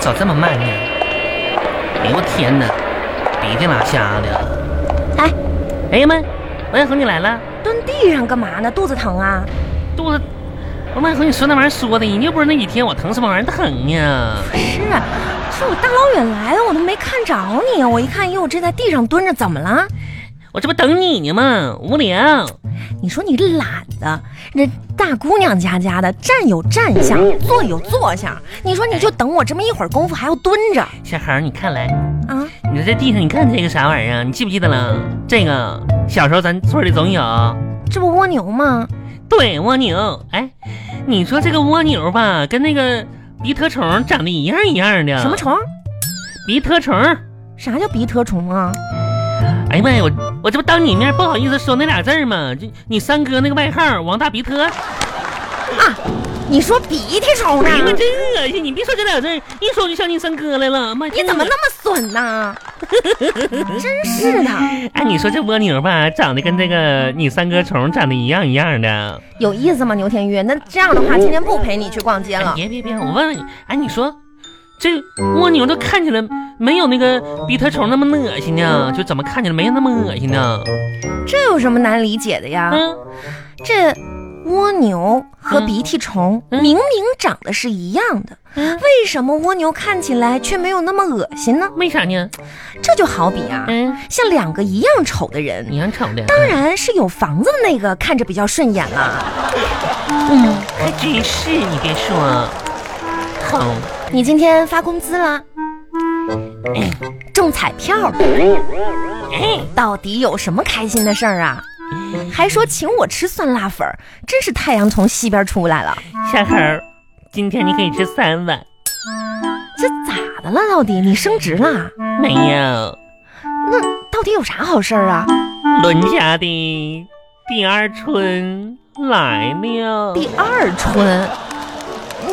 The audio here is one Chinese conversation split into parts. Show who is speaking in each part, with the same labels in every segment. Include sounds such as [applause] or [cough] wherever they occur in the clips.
Speaker 1: 走这么慢呢？哎呦我天哪，鼻涕拉瞎了！
Speaker 2: 哎，
Speaker 1: 哎呀妈，王小红你来了，
Speaker 2: 蹲地上干嘛呢？肚子疼啊？
Speaker 1: 肚子。王小红，你说那玩意儿说的，你又不是那几天我疼什么玩意儿疼呀？
Speaker 2: 是啊，是我大老远来的，我都没看着你。我一看，哟，这在地上蹲着，怎么了？
Speaker 1: 我这不等你呢吗？无聊。
Speaker 2: 你说你懒的，那大姑娘家家的，站有站相，坐有坐相。你说你就等我这么一会儿功夫，还要蹲着
Speaker 1: 小孩儿，你看来，
Speaker 2: 啊？
Speaker 1: 你在地上，你看这个啥玩意儿啊？你记不记得了？这个小时候咱村里总有，
Speaker 2: 这不蜗牛吗？
Speaker 1: 对蜗牛。哎，你说这个蜗牛吧，跟那个鼻特虫长得一样一样的。
Speaker 2: 什么？虫？
Speaker 1: 鼻特虫。
Speaker 2: 啥叫鼻特虫啊？
Speaker 1: 哎呀妈呀，我我这不当你面不好意思说那俩字儿吗？就你三哥那个外号王大鼻特。
Speaker 2: 你说鼻涕虫
Speaker 1: 哎呀妈，
Speaker 2: 啊？
Speaker 1: 真恶心！你别说这俩字儿，一说我就想你三哥来了。妈，
Speaker 2: 你怎么
Speaker 1: 真恶心
Speaker 2: 那么损呢？真是的，
Speaker 1: 哎，你说这蜗牛吧，长得跟这个你三哥虫长得一样一样的。
Speaker 2: 有意思吗？牛天玉，那这样的话，今天不陪你去逛街
Speaker 1: 哎
Speaker 2: 了。
Speaker 1: 别别别，我问问你，哎，你说这蜗牛都看起来没有那个鼻特虫那么恶心呢？就怎么看起来没有那么恶心呢？
Speaker 2: 这有什么难理解的呀？
Speaker 1: 嗯，
Speaker 2: 这蜗牛和
Speaker 1: 嗯
Speaker 2: 鼻涕虫
Speaker 1: 嗯
Speaker 2: 明明长得是一样的，
Speaker 1: 嗯
Speaker 2: 为什么蜗牛看起来却没有那么恶心呢？
Speaker 1: 为啥呢？
Speaker 2: 这就好比啊，
Speaker 1: 嗯，
Speaker 2: 像两个一样丑的人，
Speaker 1: 你让瞅的，
Speaker 2: 当然是有房子的那个看着比较顺眼了。
Speaker 1: 还哎真是，你别说，好，
Speaker 2: 你今天发工资了， [clears throat] 中彩票了，到底有什么开心的事儿啊？还说请我吃酸辣粉儿，真是太阳从西边出来了。
Speaker 1: 小猴儿，今天你可以吃三碗，
Speaker 2: 这咋的了？到底你升职了？
Speaker 1: 没有，
Speaker 2: 那到底有啥好事儿啊？
Speaker 1: 伦家的第二春来了。
Speaker 2: 第二春，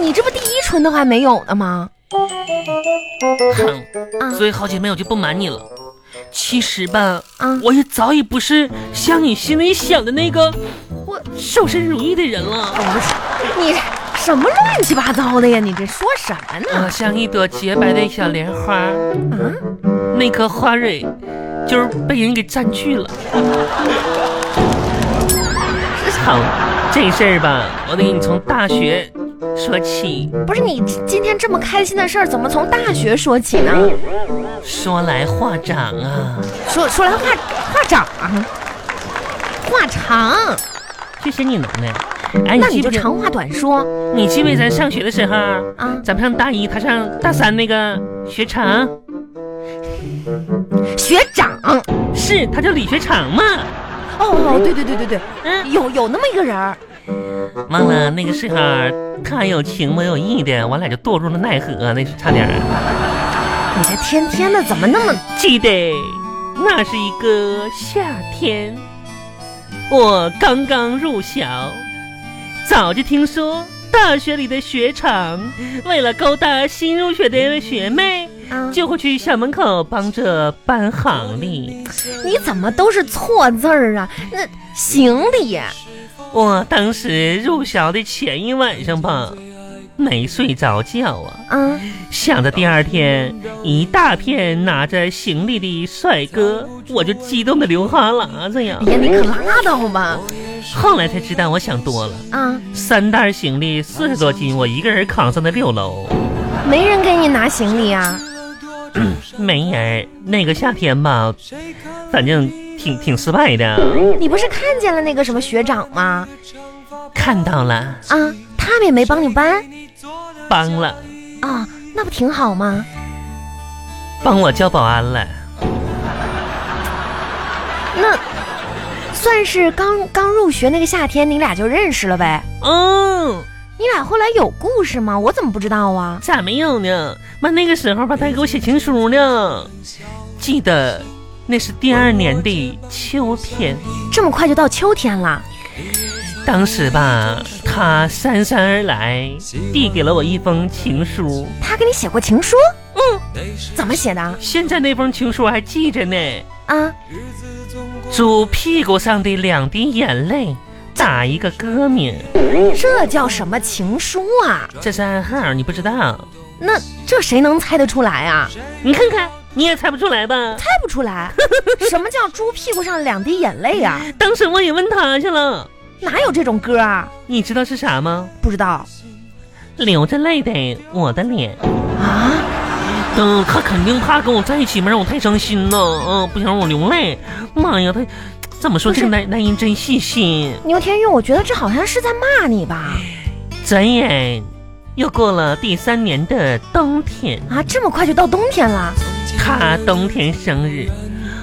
Speaker 2: 你这不第一春的话没有的吗？
Speaker 1: 哼，所以好姐妹，我就不瞒你了。其实吧，
Speaker 2: 啊
Speaker 1: 我也早已不是像你心里想的那个
Speaker 2: 我
Speaker 1: 瘦身如意的人了。
Speaker 2: 你什么乱七八糟的呀？你这说什么
Speaker 1: 我
Speaker 2: 呢？
Speaker 1: 啊像一朵洁白的小莲花，
Speaker 2: 啊，
Speaker 1: 那颗花蕊就是被人给占据了。好，这事儿吧，我得给你从大学说起。
Speaker 2: 不是你今天这么开心的事儿，怎么从大学说起呢？
Speaker 1: 说来话长啊，
Speaker 2: 说说来话话长，啊话长，
Speaker 1: 这些你能耐。哎，
Speaker 2: 那
Speaker 1: 你
Speaker 2: 你
Speaker 1: 记
Speaker 2: 就
Speaker 1: 不记？
Speaker 2: 长话短说
Speaker 1: 你记不记得咱上学的时候？
Speaker 2: 啊。
Speaker 1: 咱们上大一，他上大三，那个学长
Speaker 2: 学长，哦
Speaker 1: 是，他叫李学长嘛。
Speaker 2: 哦，对对对对对，
Speaker 1: 嗯，
Speaker 2: 有有那么一个人儿，
Speaker 1: 忘了那个时候，啊他有情我有意的，我俩就堕入了奈何，那是差点儿。啊
Speaker 2: 你这天天的怎么那么……
Speaker 1: 记得那是一个夏天，我刚刚入校，早就听说大学里的学长为了勾搭新入学的学妹，
Speaker 2: 啊
Speaker 1: 就会去校门口帮着搬行李。
Speaker 2: 你怎么都是错字儿啊？那行李
Speaker 1: 我当时入校的前一晚上吧，没睡着觉啊，
Speaker 2: 啊，
Speaker 1: 想着第二天一大片拿着行李的帅哥，我就激动的流哈喇子呀
Speaker 2: 哎。呀，你可拉倒吧
Speaker 1: 后来才知道我想多了，
Speaker 2: 啊！
Speaker 1: 三袋行李四十多斤，我一个人扛上的六楼，
Speaker 2: 没人给你拿行李啊？
Speaker 1: 没人儿。那个夏天吧，反正挺挺失败的。
Speaker 2: 你不是看见了那个什么学长吗？
Speaker 1: 看到了，
Speaker 2: 啊，他们也没帮你搬
Speaker 1: 帮了，
Speaker 2: 啊，那不挺好吗？
Speaker 1: 帮我叫保安了。
Speaker 2: 那算是刚刚入学那个夏天，你俩就认识了呗？
Speaker 1: 哦。
Speaker 2: 你俩后来有故事吗？我怎么不知道啊？
Speaker 1: 咋没有呢？妈那个时候吧，他还给我写情书呢。记得那是第二年的秋天，
Speaker 2: 这么快就到秋天了，
Speaker 1: 当时吧，他姗姗而来，递给了我一封情书。
Speaker 2: 他给你写过情书？嗯，怎么写的啊？
Speaker 1: 现在那封情书我还记着呢，猪屁股上的两滴眼泪。打一
Speaker 2: 嗯
Speaker 1: 个歌名，
Speaker 2: 这叫什么情书啊？
Speaker 1: 这是暗号，你不知道？
Speaker 2: 那这谁能猜得出来啊？
Speaker 1: 你看看，你也猜不出来吧？
Speaker 2: 猜不出来， [laughs] 什么叫猪屁股上两滴眼泪啊？
Speaker 1: 当时我也问他去了，
Speaker 2: 哪有这种歌啊？
Speaker 1: 你知道是啥吗？
Speaker 2: 不知道
Speaker 1: 流着泪的我的脸。
Speaker 2: 啊？
Speaker 1: 嗯，他肯定怕跟我在一起嘛，让我太伤心了。嗯，不想让我流泪。妈呀，他怎么说？
Speaker 2: 不是
Speaker 1: 这个男男人真细心。
Speaker 2: 牛天玉，我觉得这好像是在骂你吧？
Speaker 1: 转眼又过了第三年的冬天，
Speaker 2: 啊，这么快就到冬天了？
Speaker 1: 他冬天生日，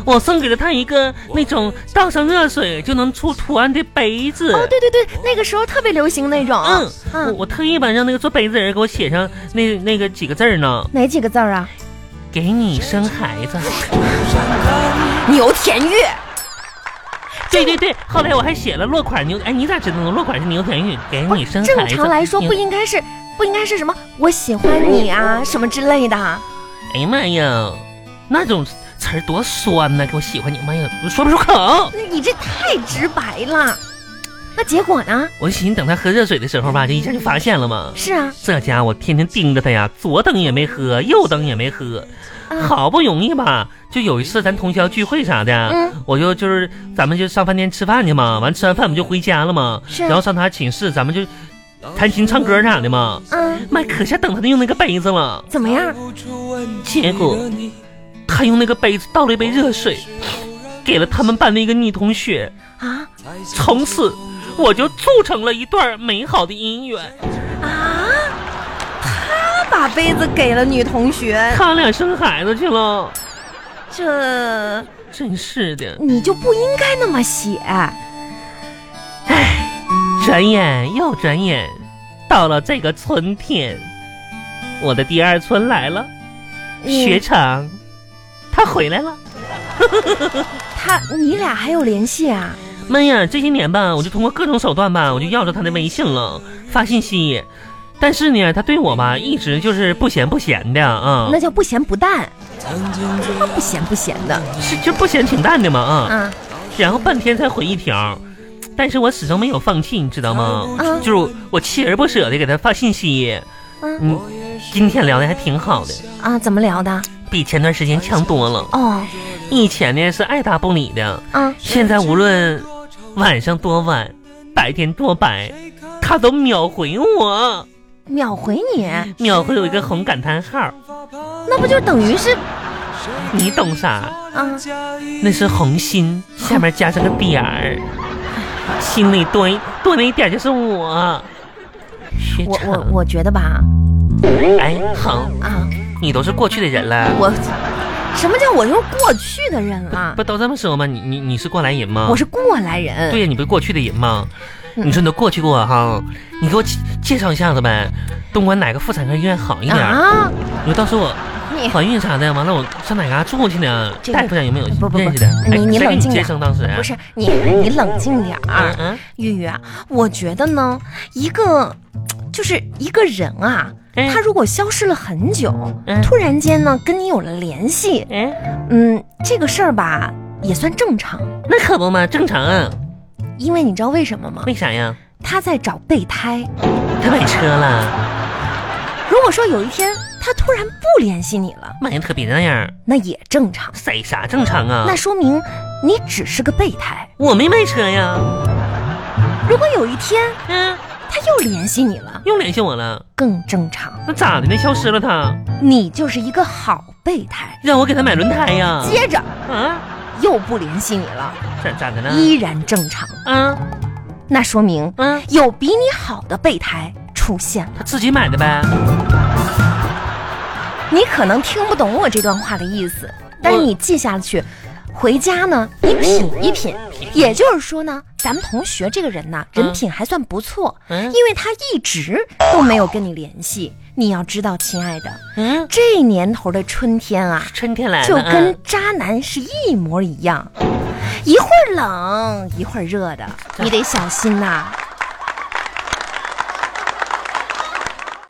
Speaker 1: 我送给了他一个那种倒上热水就能出图案的杯子。
Speaker 2: 哦，对对对，那个时候特别流行那种。
Speaker 1: 嗯，我
Speaker 2: 嗯，
Speaker 1: 我特意把让那个做杯子的人给我写上那那个几个字儿呢，
Speaker 2: 哪几个字儿啊？
Speaker 1: 给你生孩子。
Speaker 2: 牛田玉，
Speaker 1: 对对对，后来我还写了落款牛，哎，你咋知道呢？落款是牛田玉，给你生孩子。
Speaker 2: 哦正常来说
Speaker 1: 牛
Speaker 2: 不应该是不应该是什么我喜欢你啊什么之类的。
Speaker 1: 哎呀妈呀，那种词儿多酸呐、给我喜欢你，妈呀，我说不出口。
Speaker 2: 那你这太直白了。那结果呢？
Speaker 1: 我寻思等他喝热水的时候吧，就一下就发现了嘛。
Speaker 2: 是啊，
Speaker 1: 这家伙天天盯着他呀，左等也没喝，右等也没喝，
Speaker 2: 啊
Speaker 1: 好不容易吧，就有一次咱同学聚会啥的，
Speaker 2: 嗯
Speaker 1: 我就就是咱们就上饭店吃饭去嘛，完吃完饭我们就回家了嘛，
Speaker 2: 是
Speaker 1: 然后上他寝室咱们就弹琴唱歌啥的嘛，
Speaker 2: 嗯，
Speaker 1: 妈可下等他用那个杯子了，
Speaker 2: 怎么样？
Speaker 1: 结果他用那个杯子倒了一杯热水，给了他们班的一个女同学，
Speaker 2: 啊
Speaker 1: 从此我就促成了一段美好的姻缘，
Speaker 2: 啊！他把杯子给了女同学，
Speaker 1: 他俩生孩子去了，
Speaker 2: 这
Speaker 1: 真是的。
Speaker 2: 你就不应该那么写。
Speaker 1: 转眼又转眼，到了这个春天，我的第二春来了。
Speaker 2: 嗯
Speaker 1: 学长，他回来了。
Speaker 2: 他，你俩还有联系啊？
Speaker 1: 妈呀，这些年吧，我就通过各种手段吧，我就要着他的微信了，发信息。但是呢，他对我吧，一直就是不咸不咸的啊，
Speaker 2: 嗯那叫不咸不淡，他不咸不咸的
Speaker 1: 是就不咸挺淡的嘛啊。
Speaker 2: 啊
Speaker 1: 然后半天才回一条，但是我始终没有放弃，你知道吗？
Speaker 2: 啊
Speaker 1: 就是我锲而不舍的给他发信息。
Speaker 2: 嗯
Speaker 1: 嗯，今天聊的还挺好的。
Speaker 2: 啊！怎么聊的？
Speaker 1: 比前段时间强多了。
Speaker 2: 哦
Speaker 1: 以前呢是爱答不理的，
Speaker 2: 啊，
Speaker 1: 现在无论晚上多晚，白天多白，他都秒回我，
Speaker 2: 秒回你，
Speaker 1: 秒回有一个红感叹号，
Speaker 2: 那不就等于是
Speaker 1: 你懂啥？
Speaker 2: 啊？
Speaker 1: 那是红心，下面加上个点儿，心里多一多那一点就是我。学
Speaker 2: 我
Speaker 1: 长
Speaker 2: 我我觉得吧
Speaker 1: 哎，好，
Speaker 2: 啊，
Speaker 1: 你都是过去的人了，
Speaker 2: 我什么叫我又过去的人了？
Speaker 1: 不都这么说吗？你你你是过来人吗？
Speaker 2: 我是过来人。
Speaker 1: 对呀，你不是过去的人吗？
Speaker 2: 嗯
Speaker 1: 你说你都过去过哈，你给我介介绍一下子呗，东莞哪个妇产科医院好一点？
Speaker 2: 啊，
Speaker 1: 你说到时候我
Speaker 2: 你
Speaker 1: 怀孕啥的，完了我上哪嘎住去呢？
Speaker 2: 这个
Speaker 1: 大夫上有没有
Speaker 2: 不不不
Speaker 1: 认识的？
Speaker 2: 你
Speaker 1: 哎
Speaker 2: 你
Speaker 1: 谁给
Speaker 2: 冷静
Speaker 1: 接
Speaker 2: 点
Speaker 1: 生当时
Speaker 2: 不是你，你冷静点
Speaker 1: 嗯
Speaker 2: 儿，
Speaker 1: 嗯，
Speaker 2: 玉玉啊。我觉得呢，一个就是一个人啊，
Speaker 1: 哎
Speaker 2: 他如果消失了很久，
Speaker 1: 嗯
Speaker 2: 突然间呢跟你有了联系，
Speaker 1: 哎，
Speaker 2: 嗯，这个事儿吧也算正常，
Speaker 1: 那可不嘛，正常啊。
Speaker 2: 因为你知道为什么吗？
Speaker 1: 为啥呀？
Speaker 2: 他在找备胎。
Speaker 1: 他买车了，
Speaker 2: 如果说有一天他突然不联系你了，
Speaker 1: 妈呀，可别那样，
Speaker 2: 那也正常，
Speaker 1: 谁啥正常啊
Speaker 2: 那？说明你只是个备胎。
Speaker 1: 我没卖车呀，
Speaker 2: 如果有一天
Speaker 1: 嗯，
Speaker 2: 他又联系你了，
Speaker 1: 又联系我了，
Speaker 2: 更正常，
Speaker 1: 那咋的呢？消失了他，
Speaker 2: 你就是一个好备胎。
Speaker 1: 让我给他买轮胎呀？
Speaker 2: 接着
Speaker 1: 啊，
Speaker 2: 又不联系你了，
Speaker 1: 咋咋的了？
Speaker 2: 依然正常，
Speaker 1: 啊
Speaker 2: 那说明
Speaker 1: 啊，
Speaker 2: 有比你好的备胎出现了。
Speaker 1: 他自己买的呗。
Speaker 2: 你可能听不懂我这段话的意思，但是你记下去，回家呢，你品一品。也就是说呢，咱们同学这个人呐，
Speaker 1: 嗯
Speaker 2: 人品还算不错，
Speaker 1: 嗯
Speaker 2: 因为他一直都没有跟你联系。你要知道，亲爱的，
Speaker 1: 嗯，
Speaker 2: 这年头的春天啊，
Speaker 1: 春天来了，
Speaker 2: 就跟
Speaker 1: 嗯
Speaker 2: 渣男是一
Speaker 1: 嗯
Speaker 2: 模一样，一会儿冷一会儿热的，你得小心呐、